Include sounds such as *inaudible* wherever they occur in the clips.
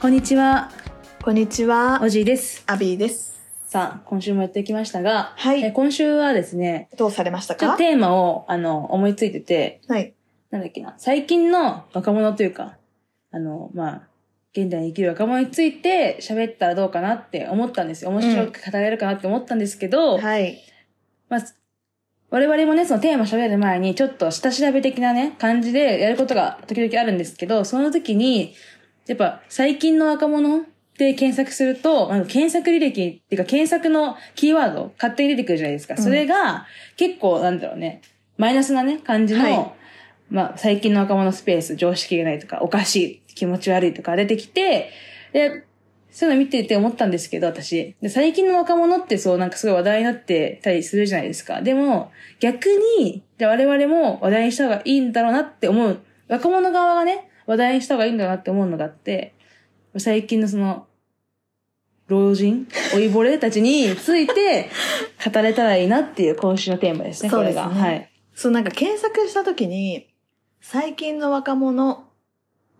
こんにちは、こんにちはお。じいです。アビーです。さあ、今週もやってきましたが、はいえ今週はですね、どうされましたちょっかとテーマを、あの、思いついてて、はい。なんだっけな、最近の若者というか、あの、まあ、現代に生きる若者について喋ったらどうかなって思ったんですよ。面白く語れるかなって思ったんですけど、はい。まあ、我々もね、そのテーマ喋る前に、ちょっと下調べ的なね、感じでやることが時々あるんですけど、その時に、やっぱ最近の若者って検索すると、あの検索履歴っていうか検索のキーワード勝手に出てくるじゃないですか。うんそれが結構なんだろうね、マイナスなね、感じの、はいまあ最近の若者スペース、常識がないとか、おかしい、気持ち悪いとか出てきて、で、そういうの見てて思ったんですけど、私。で、最近の若者ってそう、なんかすごい話題になってたりするじゃないですか。でも、逆に、じゃあ我々も話題にした方がいいんだろうなって思う。若者側がね、話題にした方がいいんだろうなって思うのがあって、最近のその、老人、老いぼれたちについて語れたらいいなっていう今週のテーマですね、 *laughs* そうですこねれが。はい。そう、なんか検索した時に、最近の若者、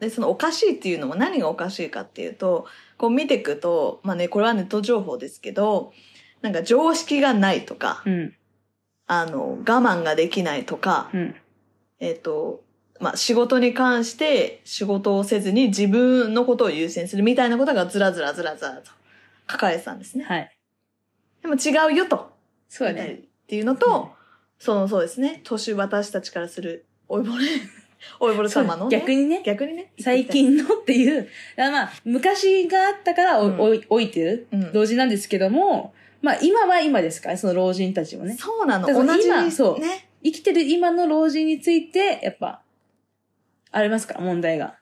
で、そのおかしいっていうのも何がおかしいかっていうと、こう見ていくと、まあね、これはネット情報ですけど、なんか常識がないとか、うん、あの、我慢ができないとか、うん、えっ、と、まあ、仕事に関して仕事をせずに自分のことを優先するみたいなことがずらずらずらずらと書かれてたんですね。はい。でも違うよと。そうだね。っていうのと、そのそうですね、年私たちからする、おいぼれ、 *laughs* おいぼれ様の、ね。逆にね、逆にね。最。近のっていう、あまあ、昔があったからお、うんおい老いてるうん老人なんですけども、まあ今は今ですからね、その老人たちもね。そうなの。だから同じ、今そうね。生きてる今の老人について、やっぱ、ありますから、問題が。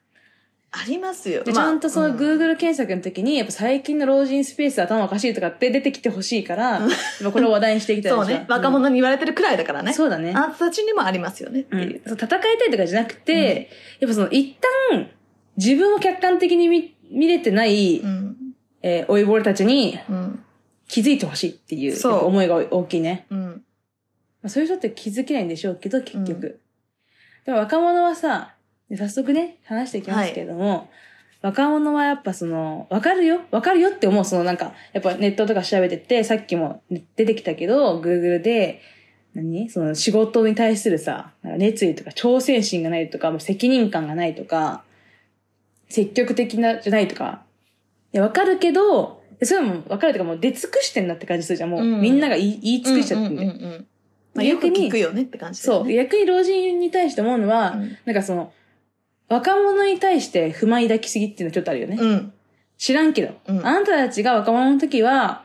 ありますよ。でちまあゃんとそのうん Google 検索の時に、やっぱ最近の老人スペース頭おかしいとかって出てきてほしいから、やっぱこれを話題にしていきたい *laughs* そう私はね。若者に言われてるくらいだからうんね。そうだね。あなたたちにもありますよねってういんう。そう戦いたいとかじゃなくて、やっぱその一旦、自分を客観的に見見れてない、うん。えー、老いぼれたちにうん。気づいてほしいっていうそうやっぱ思いが大きいね。うん。まあ、そういう人って気づけないんでしょうけど、結局。でも若者はさ、で早速ね、話していきますけれども、若者はやっぱその、わかるよわかるよって思う、そのなんか、やっぱネットとか調べてて、さっきも出てきたけど、Google で、何その仕事に対するさ、なんか熱意とか挑戦心がないとか、もう責任感がないとか、積極的な、じゃないとか。いや、わかるけど、それもわかるとか、もう出尽くしてんなって感じするじゃん。もう、うんみんなが言い言い尽くしちゃってんだよ。うんうんうんうんまあ、よく聞くよねって感じだそよう。ね。逆に老人に対して思うのは、うんなんかその、若者に対して不満抱きすぎっていうのはちょっとあるよね。うん。知らんけど、うんあんたたちが若者の時は、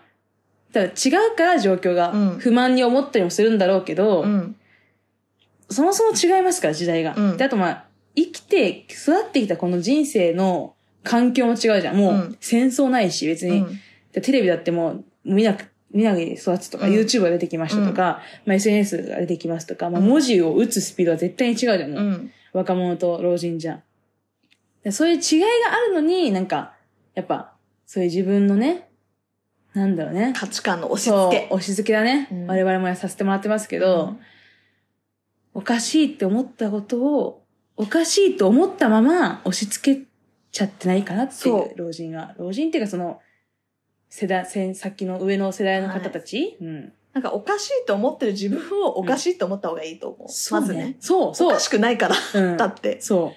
多分違うから状況がうん不満に思ったりもするんだろうけど、うん。そもそも違いますから、時代が。うんで、あとまあ、生きて育ってきたこの人生の環境も違うじゃん。もううん戦争ないし、別うに、ん。でテレビだってもう見なく、見ないで育つとか、うん YouTube が出てきましたとか、まあ、SNS が出てきますとか、まあ、うん文字を打つスピードは絶対に違うじゃん。うん。若者と老人じゃんで。そういう違いがあるのに、なんか、やっぱ、そういう自分のね、なんだろうね。価値観の押しそう付け。押し付けだね。うん我々もさせてもらってますけど、おかしいって思ったことを、おかしいと思ったまま押し付けちゃってないかなってい、そう老人が。老人っていうかその、世代、先先の上の世代の方たち、うん。なんかおかしいと思ってる自分をおかしいと思った方がいいと思う。まずね。。そう、おそうか。しくないから、うんだって。そ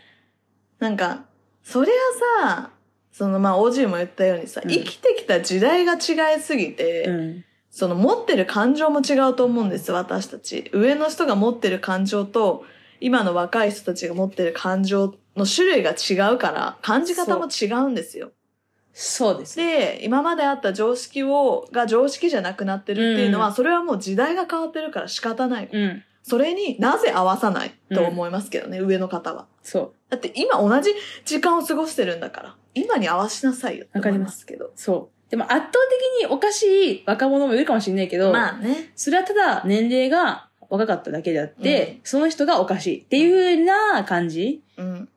なんか、そりゃさ、そのまあ、おじいも言ったようにさ、うん生きてきた時代が違いすぎて、う。うん。その持ってる感情も違うと思うんです、私たち。上の人が持ってる感情と、今の若い人たちが持ってる感情の種類が違うから、感じ方も違うんですよ。そうです。で、今まであった常識を、が常識じゃなくなってるっていうのは、うそれはもう時代が変わってるから仕方ない。うん。それになぜ合わさないと思いますけどね、上の方は。そう。だって今同じ時間を過ごしてるんだから、今に合わしなさいよって思いますけど。そう。でも圧倒的におかしい若者もいるかもしれないけど、まあね。それはただ年齢が若かっただけであって、その人がおかしいっていうような感じ。うん。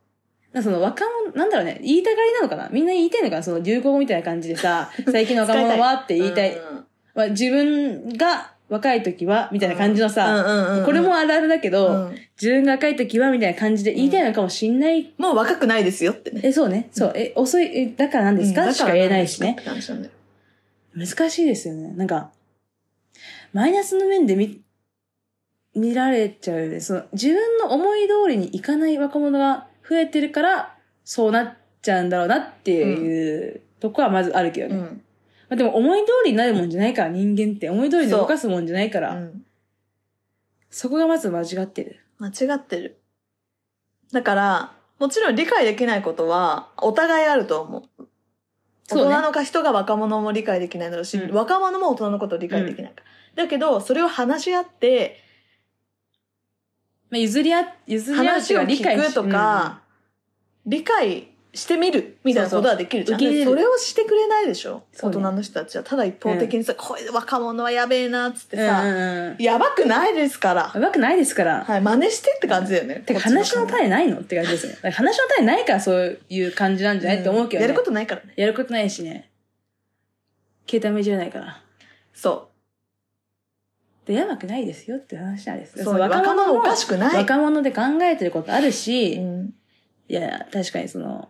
なんかその若者、なんだろうね、言いたがりなのかなみんな言いたいのかなそ *laughs* の流行語みたいな感じでさ、最近の若者はって言いたい。うんまあ、自分が若い時は、みたいな感じのさ、うんうんうんこれもあるあるだけど、うん自分が若い時は、みたいな感じで言いたいのかもしんない。もう若くないですよってね。え、そうね。そう。え、遅い、え、だからなんですか、うんしか言えないしね。。だからなんですかって感じなんだよ難しいですよね。なんか、マイナスの面で見、見られちゃうよね。その、自分の思い通りにいかない若者が増えてるから、そうなっちゃうんだろうなっていう、とこはまずあるけどね。まうんあでも思い通りになるもんじゃないから、人間って。思い通りに動かすもんじゃないから、そこがまず間違ってる。うん間違ってる。だから、もちろん理解できないことは、お互いあると思う。そうね大人のか人が若者も理解できないだろうし、うん若者も大人のことを理解できないから。だけど、それを話し合って、まあ、譲り合、譲り合うって話いうをか理解聞しくとか、理解してみるみたいなことはできるじゃん。そうそう受け入れるでそれをしてくれないでしょ、そ大うね人の人たちは。ただ一方的にさ、これ若者はやべえな、つってうんうんさ、うんうん。やばくないですから。やばくないですから。はい、真似してって感じだよね。てか話の種ないのって感じですよね。だから話の種ないからそういう感じなんじゃない、って思うけどね。やることないからね。やることないしね。携帯もいじらないから。そで、やばくないですよって話なんですう。そう、若者もおかしくない。若者で考えてることあるし、ういんや、確かにその、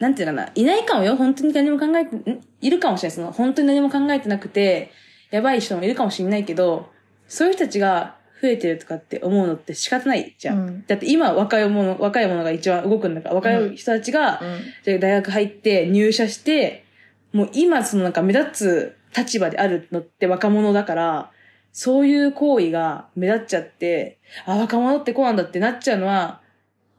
なんていうのかな、いないかもよ、本当に何も考えて、んいるかもしれない。その、本当に何も考えてなくて、やばい人もいるかもしれないけど、そういう人たちが増えてるとかって思うのって仕方ないじゃん。うんだって今若い者、若い者が一番動くんだから、若い人たちが、じゃあ大学入って入社して、もう今そのなんか目立つ立場であるのって若者だから、そういう行為が目立っちゃって、あ、若者ってこうなんだってなっちゃうのは、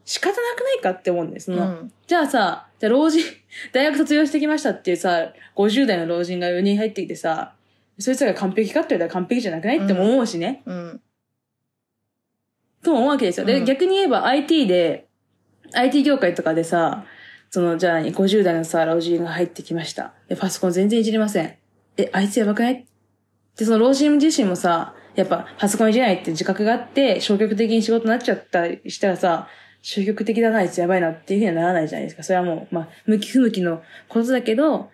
仕方なくないかって思うんです。うそん。うのんじゃあさ、じゃあ老人、 *laughs* 大学卒業してきましたっていうさ、50代の老人が4人入ってきてさ、そいつらが完璧かって言ったら完璧じゃなくないっても思うしね。うん。とも思うわけですよ。で、うん逆に言えば IT で、IT 業界とかでさ、その、じゃあ何、50代のさ、老人が入ってきました。で、パソコン全然いじりません。え、あいつやばくないで、その老人自身もさ、やっぱパソコンいじれないって自覚があって、消極的に仕事になっちゃったりしたらさ、消極的だな、あいつやばいなっていうふうにはならないじゃないですか。それはもう、まあ、向き不向きのことだけど、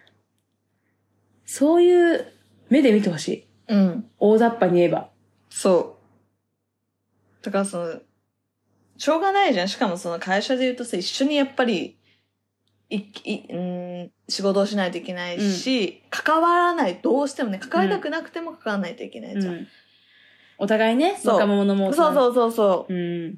そういう目で見てほしい。うん。大雑把に言えば。そう。だからその、しょうがないじゃん。しかもその会社で言うとさ、一緒にやっぱり、い、い、うん、仕事をしないといけないし、関わらない、どうしてもね、関わりたくなくても関わらないといけないじゃん。うんお互いね、そう若者も大人そうもそうそうそう。うん。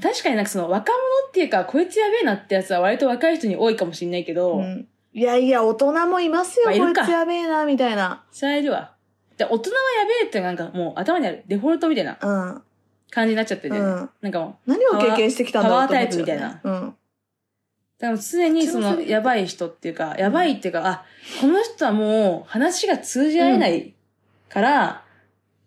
確かになんかその若者っていうか、こいつやべえなってやつは割と若い人に多いかもしんないけど、うんいやいや、大人もいますよ、まあいるかこいつやべえな、みたいな。それはいるわ。で、大人はやべえってなんかもう頭にあるデフォルトみたいなうん。うん。感じになっちゃってて、なんかもう、何を経験してきたんだろうと思っちゃうパワータイプみたいな。うん。だから常にそのやばい人っていうか、やばいっていうか、あ、この人はもう話が通じ合えないから、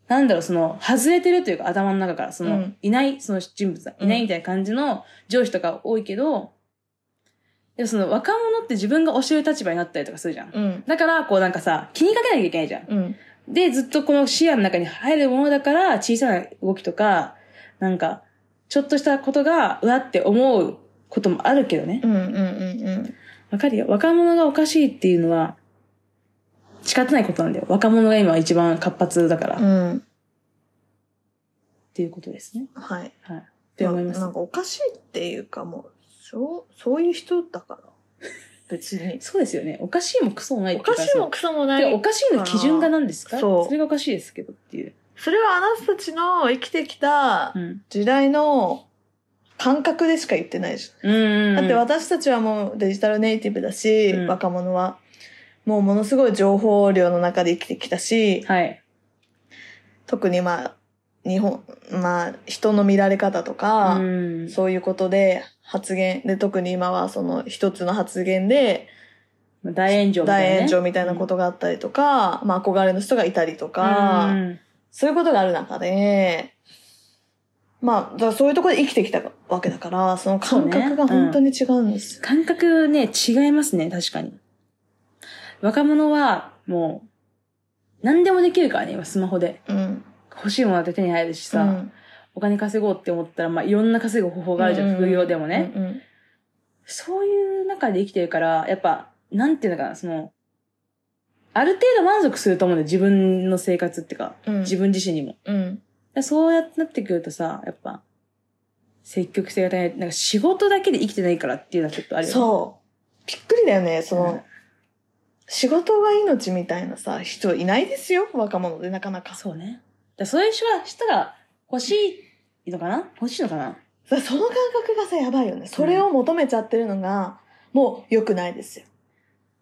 なんだろう、その、外れてるというか、頭の中から、その、うんいない、その人物がいないみたいな感じの上司とか多いけど、でもその若者って自分が教える立場になったりとかするじゃん。うん。だから、こうなんかさ、気にかけなきゃいけないじゃん。うん。で、ずっとこの視野の中に入るものだから、小さな動きとか、なんか、ちょっとしたことが、うわって思うこともあるけどね。うん。うん。うん。わかるよ。若者がおかしいっていうのは、仕方ないことなんだよ。若者が今一番活発だから、うっん。うん。ていうことですね。はい。はい。って思います。なんかおかしいっていうかもう、そう、そういう人だから。 *laughs* 別に。そうですよね。おかしいもクソもないっおていかうかしいもクソもなそのてかおい。かしいの基準が何ですかそうそれがおかしいですけどっていう。それはあなたたちの生きてきたうん。時代の感覚でしか言ってないじうんうんゃ。うんん。だって私たちはもうデジタルネイティブだし、うん若者は。もうものすごい情報量の中で生きてきたし、はい。特にまあ、日本、まあ、人の見られ方とか、うん。そういうことで発言、で、特に今はその一つの発言で、大炎上みたいな、ね。大炎上みたいなことがあったりとか、まあ憧れの人がいたりとか、うんそういうことがある中で、まあ、だからそういうところで生きてきたわけだから、その感覚がそうねうん本当に違うんですよ。感覚ね、違いますね、確かに。若者は、もう、何でもできるからね、今スマホで。うん。欲しいものだって手に入るしさ。うんお金稼ごうって思ったら、まあ、いろんな稼ぐ方法があるじゃん、副業でもね、。うんうんそういう中で生きてるから、やっぱ、なんていうのかな、その、ある程度満足すると思うんだよ。自分の生活っていうか、うん自分自身にも。うだん。からそうやってなってくるとさ、やっぱ、積極性が大変。なんか仕事だけで生きてないからっていうのはちょっとあるよね。そう。びっくりだよね。その、うん仕事が命みたいなさ、人いないですよ。若者でなかなか。そうね。だからそういう人が、したら欲しいのかな欲しいのかなそその感覚がさ、やばいよね。それを求めちゃってるのが、もう良くないですよ。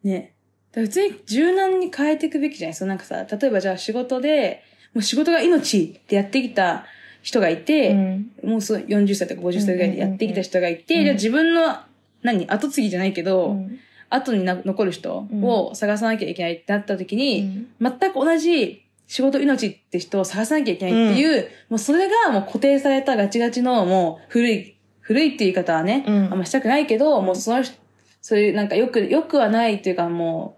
ね。だから普通に柔軟に変えていくべきじゃないそのなんかさ、例えばじゃあ仕事で、もう仕事が命ってやってきた人がいて、ん。もうそう40歳とか50歳ぐらいでやってきた人がいて、うんうんうんうんじゃあ自分の、何後継ぎじゃないけど、うん後にな残る人を探さなきゃいけないってなった時に、全く同じ仕事命って人を探さなきゃいけないっていう、もうそれがもう固定されたガチガチのもう古い、古いっていう言い方はね、うんあんましたくないけど、うんもうその人、そういうなんかよく、よくはないというかも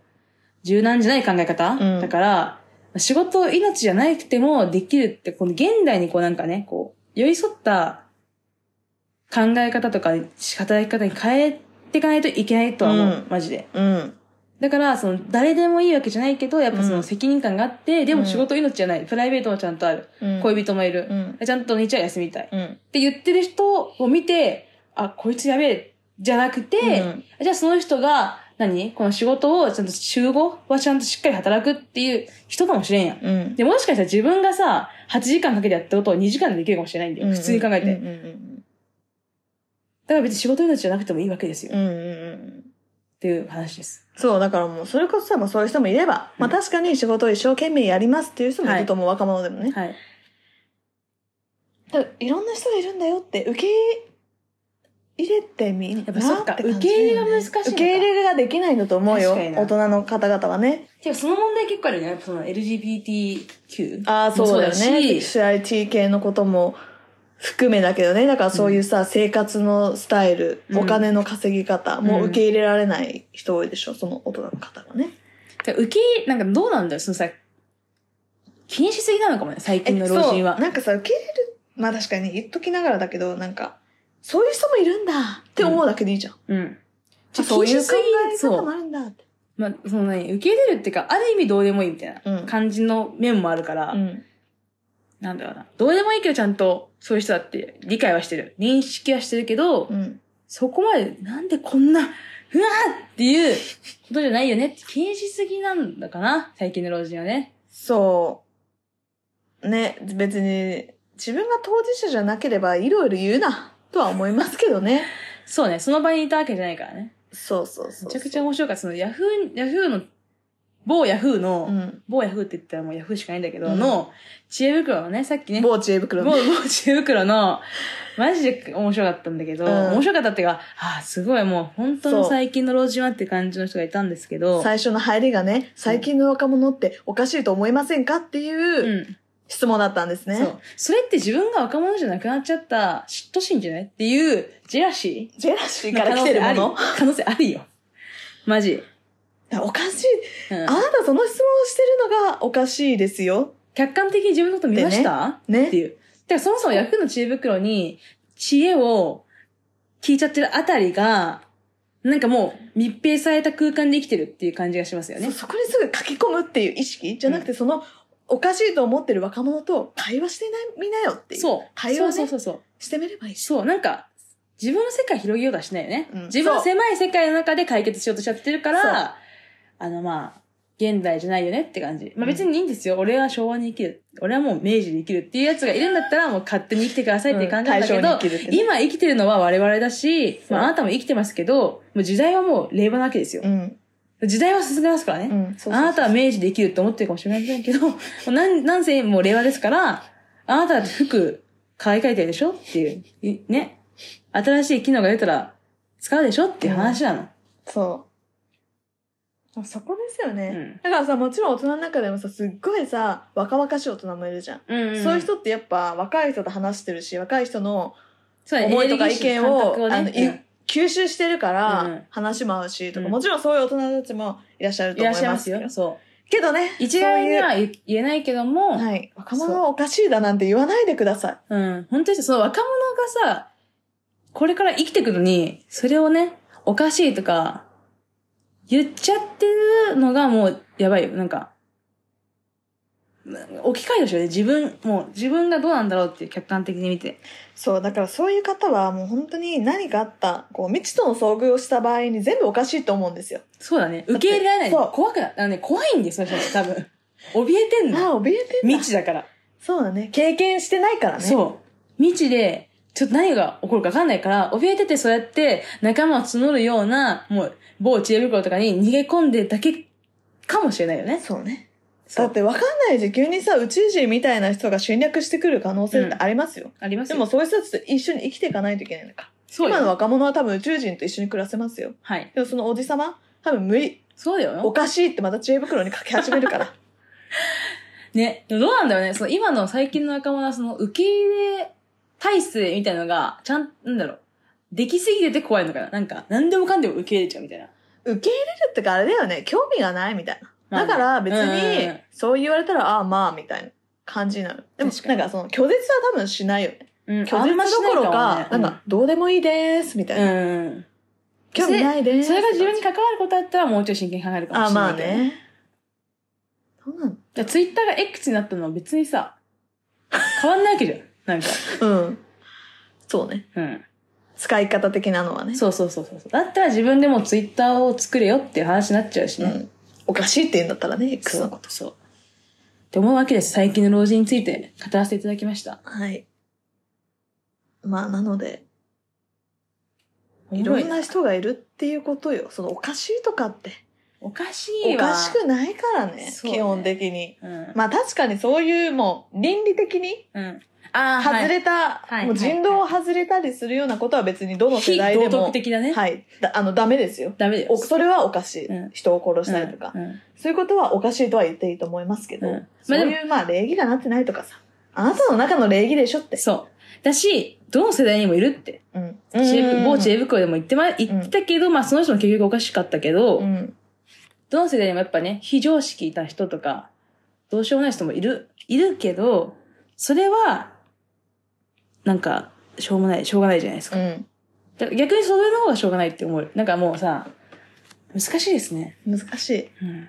う、柔軟じゃない考え方、うんだから、仕事命じゃなくてもできるって、この現代にこうなんかね、こう、寄り添った考え方とか、働き方に変えていかないといけないとは思う、うんマジで。うん。だから、その、誰でもいいわけじゃないけど、やっぱそうのん責任感があって、でうもん仕事命じゃない。プライベートもちゃんとある。うん。恋人もいる。うん。ちゃんと日は休みたい。っうん。て言ってる人を見て、あ、こいつやべえ、じゃなくて、うんじゃあその人が、何この仕事をちゃんと集合はちゃんとしっかり働くっていう人かもしれんやん。うん。で、もしかしたら自分がさ、8時間かけてやったことを2時間でできるかもしれないんだよ。うん普通に考えて。うんうんだから別に仕事命じゃなくてもいいわけですよ。うっんうんうん。ていう話です。そう、だからもう、それこそさ、まあそういう人もいれば、まうあん確かに仕事を一生懸命やりますっていう人もいると思う、若者でもね。はい。だからいろんな人がいるんだよって、受け入れてみやっぱそっか受け入れが難しいのか受け入れができないんだと思うよ。確かにな大人の方々はね。てかその問題結構あるよね。やっぱその LGBTQ。ああ、そうだよね。もそうだしセクシュアリティ系のことも含めだけどね。だからそういうさ、生活のスタイル、うんお金の稼ぎ方、うもうん受け入れられない人多いでしょ。その大人の方がね。で受け入れ、なんかどうなんだよ、そのさ、気にしすぎなのかもね、最近の老人そはう。なんかさ、受け入れる、まあ確かに言っときながらだけど、なんか、そういう人もいるんだって思うだけでいいじゃん。うん。あそういう考えそ方もう。あるんだって。まあ、その何、受け入れるっていうか、ある意味どうでもいいみたいうんな感じの面もあるから、うん。なんだろうな。どうでもいいけど、ちゃんとそういう人だって理解はしてる。認識はしてるけど、うん。そこまで、なんでこんな、うわーっていうことじゃないよねって気にしすぎなんだかな、最近の老人はね。そう。ね、別に、自分が当事者じゃなければ、いろいろ言うな、とは思いますけどね。そうね、その場にいたわけじゃないからね。そうそうそう。めちゃくちゃ面白かった。そのヤフー、ヤフーの、某ヤフーの、うん。某ヤフーって言ったらもうヤフーしかないんだけど、うんの、知恵袋のね、さっきね、某知恵袋某ね。某知恵袋の、マジで面白かったんだけど、うん面白かったっていうか、ああ、すごいもう本当の最近の老人はって感じの人がいたんですけど、最初の入りがね、最近の若者っておかしいと思いませんかってう、いうん質問だったんですね。そう。それって自分が若者じゃなくなっちゃった嫉妬心じゃないっていう、ジェラシジェラシーーから来てるものの可能性あり可能性ありよ。マジ。おかしい。うんあなたその質問をしてるのがおかしいですよ。客観的に自分のこと見ました、ってね。いう。だからそもそもヤフーの知恵袋に、知恵を聞いちゃってるあたりが、なんかもう密閉された空間で生きてるっていう感じがしますよねそ。そこにすぐ書き込むっていう意識じゃなくて、その、おかしいと思ってる若者と会話してない、みなよっていう。そう。会話そねうそうそうそう。してみればいいし。そう、なんか、自分の世界広げようとはしないよね。うん自分のそう狭い世界の中で解決しようとしちゃってるかそうら、あのまあ、現代じゃないよねって感じ。まあ別にいいんですよ。俺は昭和に生きる。俺はもう明治に生きるっていうやつがいるんだったらもう勝手に生きてくださいっていう感じなんだけど、うん対象に生きるってね今生きてるのは我々だし、そうまああなたも生きてますけど、もう時代はもう令和なわけですよう。ん。時代は進んでますからね。うん。そうそうそうあなたは明治で生きると思ってるかもしれませんけ *laughs* ど、もうなん、なんせもう令和ですから、あなただって服買い替えてるでしょっていう、いね。新しい機能が出たら使うでしょっていう話なの。そう。そこですよね、うんだからさ、もちろん大人の中でもさ、すっごいさ、若々しい大人もいるじゃん。うん、そういう人ってやっぱ若い人と話してるし、若い人のそうだね思いとかエネ意ルギー見感を覚あのいね吸収してるかうんうらん話も合うし、とか、うんもちろんそういう大人たちもいらっしゃるうんいとらっ思いしゃいまますすよ。よ。そけどね、う。一概にそうは言言えないけども、いうはい、若者はおかしいだなんて言わないでください。うん。本当にその若者がさ、これから生きていくのに、それをね、おかしいとか、言っちゃってるのがもうやばいよ。なんか、置き換えるでしょうね。自分、もう自分がどうなんだろうっていう客観的に見て。そう、だからそういう方はもう本当に何かあった、こう未知との遭遇をした場合に全部おかしいと思うんですよ。そうだね。受け入れられない。そう怖くな、あのね、怖いんですよ、その人たち多分。怯えてんの。ああ、怯えてんだ未。知だから。そうだね。経験してないからね。う。そう。未知で、ちょっと何が起こるか分かんないから、怯えててそうやって仲間を募るような、もう、某知恵袋とかに逃げ込んでるだけかもしれないよね。そうね。そだうってわかんない時急にさ、宇宙人みたいな人が侵略してくる可能性ってありますよ。ありますでよも、そういう人たちと一緒に生きていかないといけないのか。そう今のよ。若者は多分宇宙人と一緒に暮らせますよ。はい。でもそのおじさま、多分無理。そうだおよ。かしいってまた知恵袋に書き始め *laughs* るから。ね。でもどうなんだろうね。その今の最近の若者は、その受け入れ体制みたいなのが、ちゃん、なんだろう。できすぎてて怖いのかな。なんか、何でもかんでも受け入れちゃうみたいな。受け入れるってかあれだよね。興味がないみたいな。まあだから別うんうんうにん、そう言われたら、ああまあ、みたいな感じになる。でも確、かなんにかその拒絶は多分しないよね。うん、拒絶どころか、なんか、どうでもいいです、みたいうん、な。うん。興味ないです。それが自分に関わることだったら、もうちょい真剣に考えるかもあしれまないあけど。ね。そうなのじゃツイッターが X になったのは別にさ、変わんないわけじゃん。なんか。うん。そうね。う使い方的なのはねん。。そうそうそうそう。だったら自分でもツイッターを作れよっていう話になっちゃうしうね。ん。おかしいって言うんだったらね、X そのうこと。そう。って思うわけです。最近の老人について語らせていただきました。はい。まあ、なので、いいろろんんなな人がいるっていうことよ。そのおかしいとかって。おかしいおわ。かしくないからね、そうね基本的に。うん。まあ確かにそういうもう倫理的にうん。ああ、外はい、れた、はいもう人道を外れたりするようなことは別にどの世代で非道も徳、的だね。はい、だあのダメですよ。ダメだよ。おそれはおかしい、うん人を殺したりとか、うんうんそういうことはおかしいとは言っていいと思いますけど、うんまあそうでもいうまあ礼儀がなってないとかさ、あなたの中の礼儀でしょって。そう。だし、どの世代にもいるって。うん。知恵うん某知恵袋でも言ってま、言ってたけど、まあその人も結局おかしかったけど、うん。どの世代にもやっぱね、非常識いた人とか、どうしようもない人もいる、いるけど、それは、なんか、しょうもない、しょうがないじゃないですうか。ん。だから逆にそれの方がしょうがないって思う。なんかもうさ、難しいですね。難しい。うん。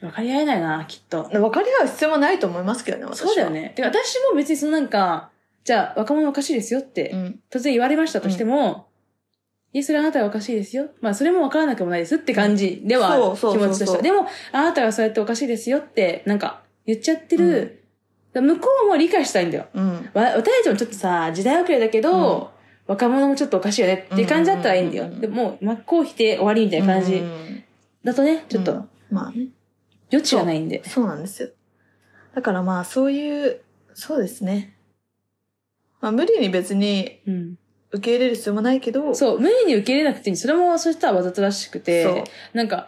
分かり合えないな、きっと。分かり合う必要もないと思いますけどね、私は。そうだよ。ね。てか私も別にそのなんか、じゃあ若者おかしいですよって、うん。突然言われましたとしても、いや、それあなたはおかしいですよ。まあ、それもわからなくもないですって感じではある、そうそうそうそう気持ちとしては。でも、あなたがそうやっておかしいですよって、なんか、言っちゃってる、向こうも理解したいんだよ。うん。わ私たちもちょっとさ、時代遅れだけど、うん若者もちょっとおかしいよねっていう感じだったらいいんだよ。うんうんうんうんでも、もう真っ向否定終わりみたいな感じうんだとね、ちょっうとん、まあね。余地がないんで。そうなんですよ。だからまあそういう、そうですね。まあ無理に別にうん、受け入れる必要もないけど、そう、無理に受け入れなくていい。それも、そうしたらわざとらしくて、そうなんか、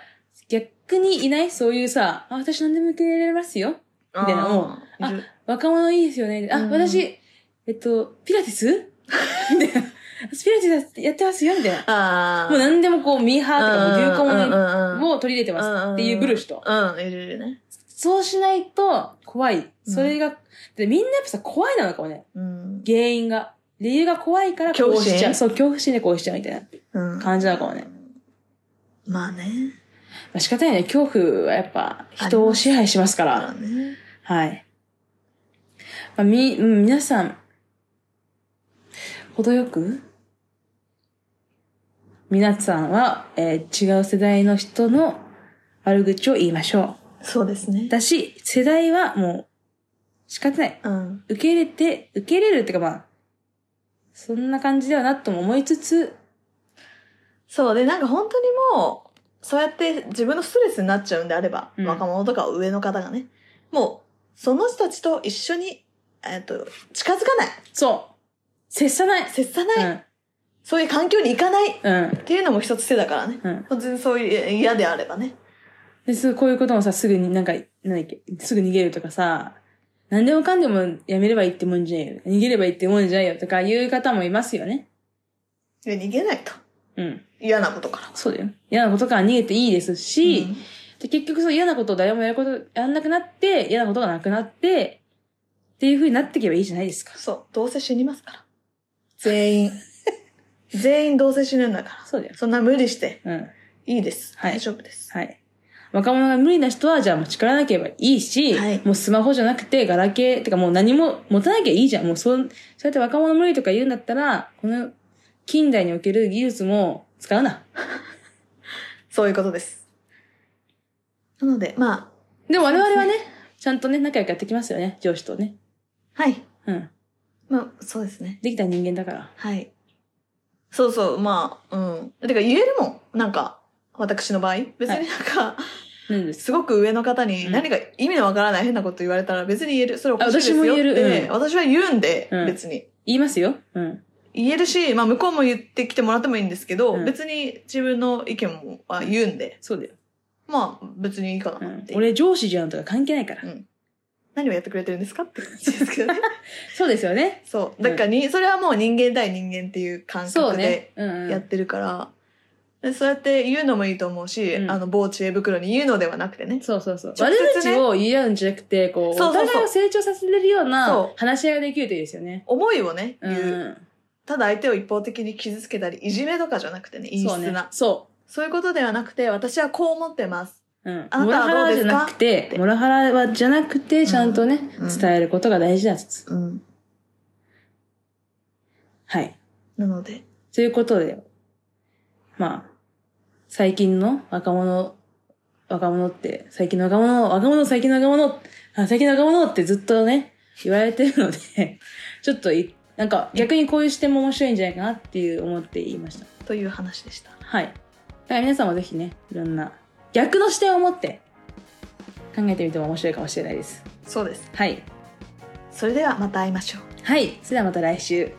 逆にいないそういうさ、あ、私何でも受け入れられますよ。あーみたいなもういる若者いいですよね。あ、うん私、えっと、ピラティ *laughs* スみたいな私ピラティスやってますよみたいな。あー。もう何でもこう、ミーハーとかも流行も行のを取り入れてますっていうグループと。うん、いるいるね。そうしないと怖い。それが、でみんなやっぱさ、怖いなのかもね。うん。原因が。理由が怖いからこ恐う怖心しちゃう。そう、恐怖心でこうしちゃうみたいな感じなのかもね。まあね。まあ、仕方ないね。恐怖はやっぱ人を支配しますかまあら。ね。はい。まあ、み、うん、皆さん、程よく、皆さんは、えー違う世代の人の悪口を言いましょそうですう。ね。だし、世代はもう、仕方ない。うん。受け入れて、受け入れるっていうかまあ、そんな感じではなとも思いつつ、そうで、なんか本当にもう、そうやって自分のストレスになっちゃうんであれば、うん若者とか上の方がね、もう、その人たちと一緒に、えっと、近づかない、そう接さない、接さない、そういう環境に行かないっうん、うん、ていうのも一つ手だからね。うん。全然そういう嫌であればね。で、そう、こういうこともさ、すぐに、なんか、なんだっけ、すぐ逃げるとかさ、何でもかんでもやめればいいってもんじゃないよ。逃げればいいってもんじゃないよとか言う方もいますよね。で逃げないと。うん。嫌なことから。そうだよ。嫌なことから逃げていいですし、うんで結局そう嫌なことを誰もやること、やんなくなって、嫌なことがなくなって、っていう風になっていけばいいじゃないですか。そう。どうせ死にますから。全員。全員どうせ死ぬんだかそうだよら。。そんな無理してうん。いいです。はい大丈夫です。はい。若者が無理な人は、じゃあもう力なければいいし、はいもうスマホじゃなくて、ガラケー、てかもう何も持たなきゃいいじゃん。もうそう、そうやって若者無理とか言うんだったら、この近代における技術も使うな。そういうことです。なので、までも我々はね、ちゃんとね、仲良くやってきますよね、上司とね。あ、はい。うん。まあ、そうですね。できた人間だから。はい。そうそう、まあ、うん。てか言えるもん。なんか、私の場合。別になんか、なんです。すごく上の方にうん何か意味のわからない変なこと言われたら別に言える。それおかしいですよあ私も言えるってうん私は言うんで、うん別に。言いますよ。うん。言えるし、まあ向こうも言ってきてもらってもいいんですけど、うん別に自分の意見もあ言うんで、そうだよ。まあ別にいいかうなっんて。俺上司じゃんとか関係ないから。何をやってくれてるんですかって感じですけ *laughs* どね。そうですよね。そう。だからに、それはもう人間対人間っていう感そう覚でね。うん、うやっん。てるから、でそうやって言うのもいいと思うし、うんあの、某知恵袋に言うのではなくてね。そうそうそう。直接悪ね口を言い合うんじゃなくて、こう、そうそうそうお互いを成長させれるようそなう話し合いができるといいですよね。思いをね、う言う。ん。ただ相手を一方的に傷つけたり、いじめとかじゃなくてね、陰そう湿ねな。。そそういうことではなくて、私はこう思ってます。う。うんあ。モなラたハラはどうでじすゃかなくてっ、てモラハラはじゃなくて、ちゃんとね、うん伝えることが大事だつつ。うん。はい。なので、ということで、まあ、最近の若者、若者って、最近の若者、若者、最近の若者、あ最近の若者ってずっとね、言われてるので、 *laughs* ちょっとい、なんか逆にこういう視点も面白いんじゃないかなっていう思って言いました。という話でした。はい。だから皆さんもぜひね、いろんな逆の視点を持って考えてみても面白いかもしれないです。そうです。はい。それではまた会いましょう。はい。それではまた来週。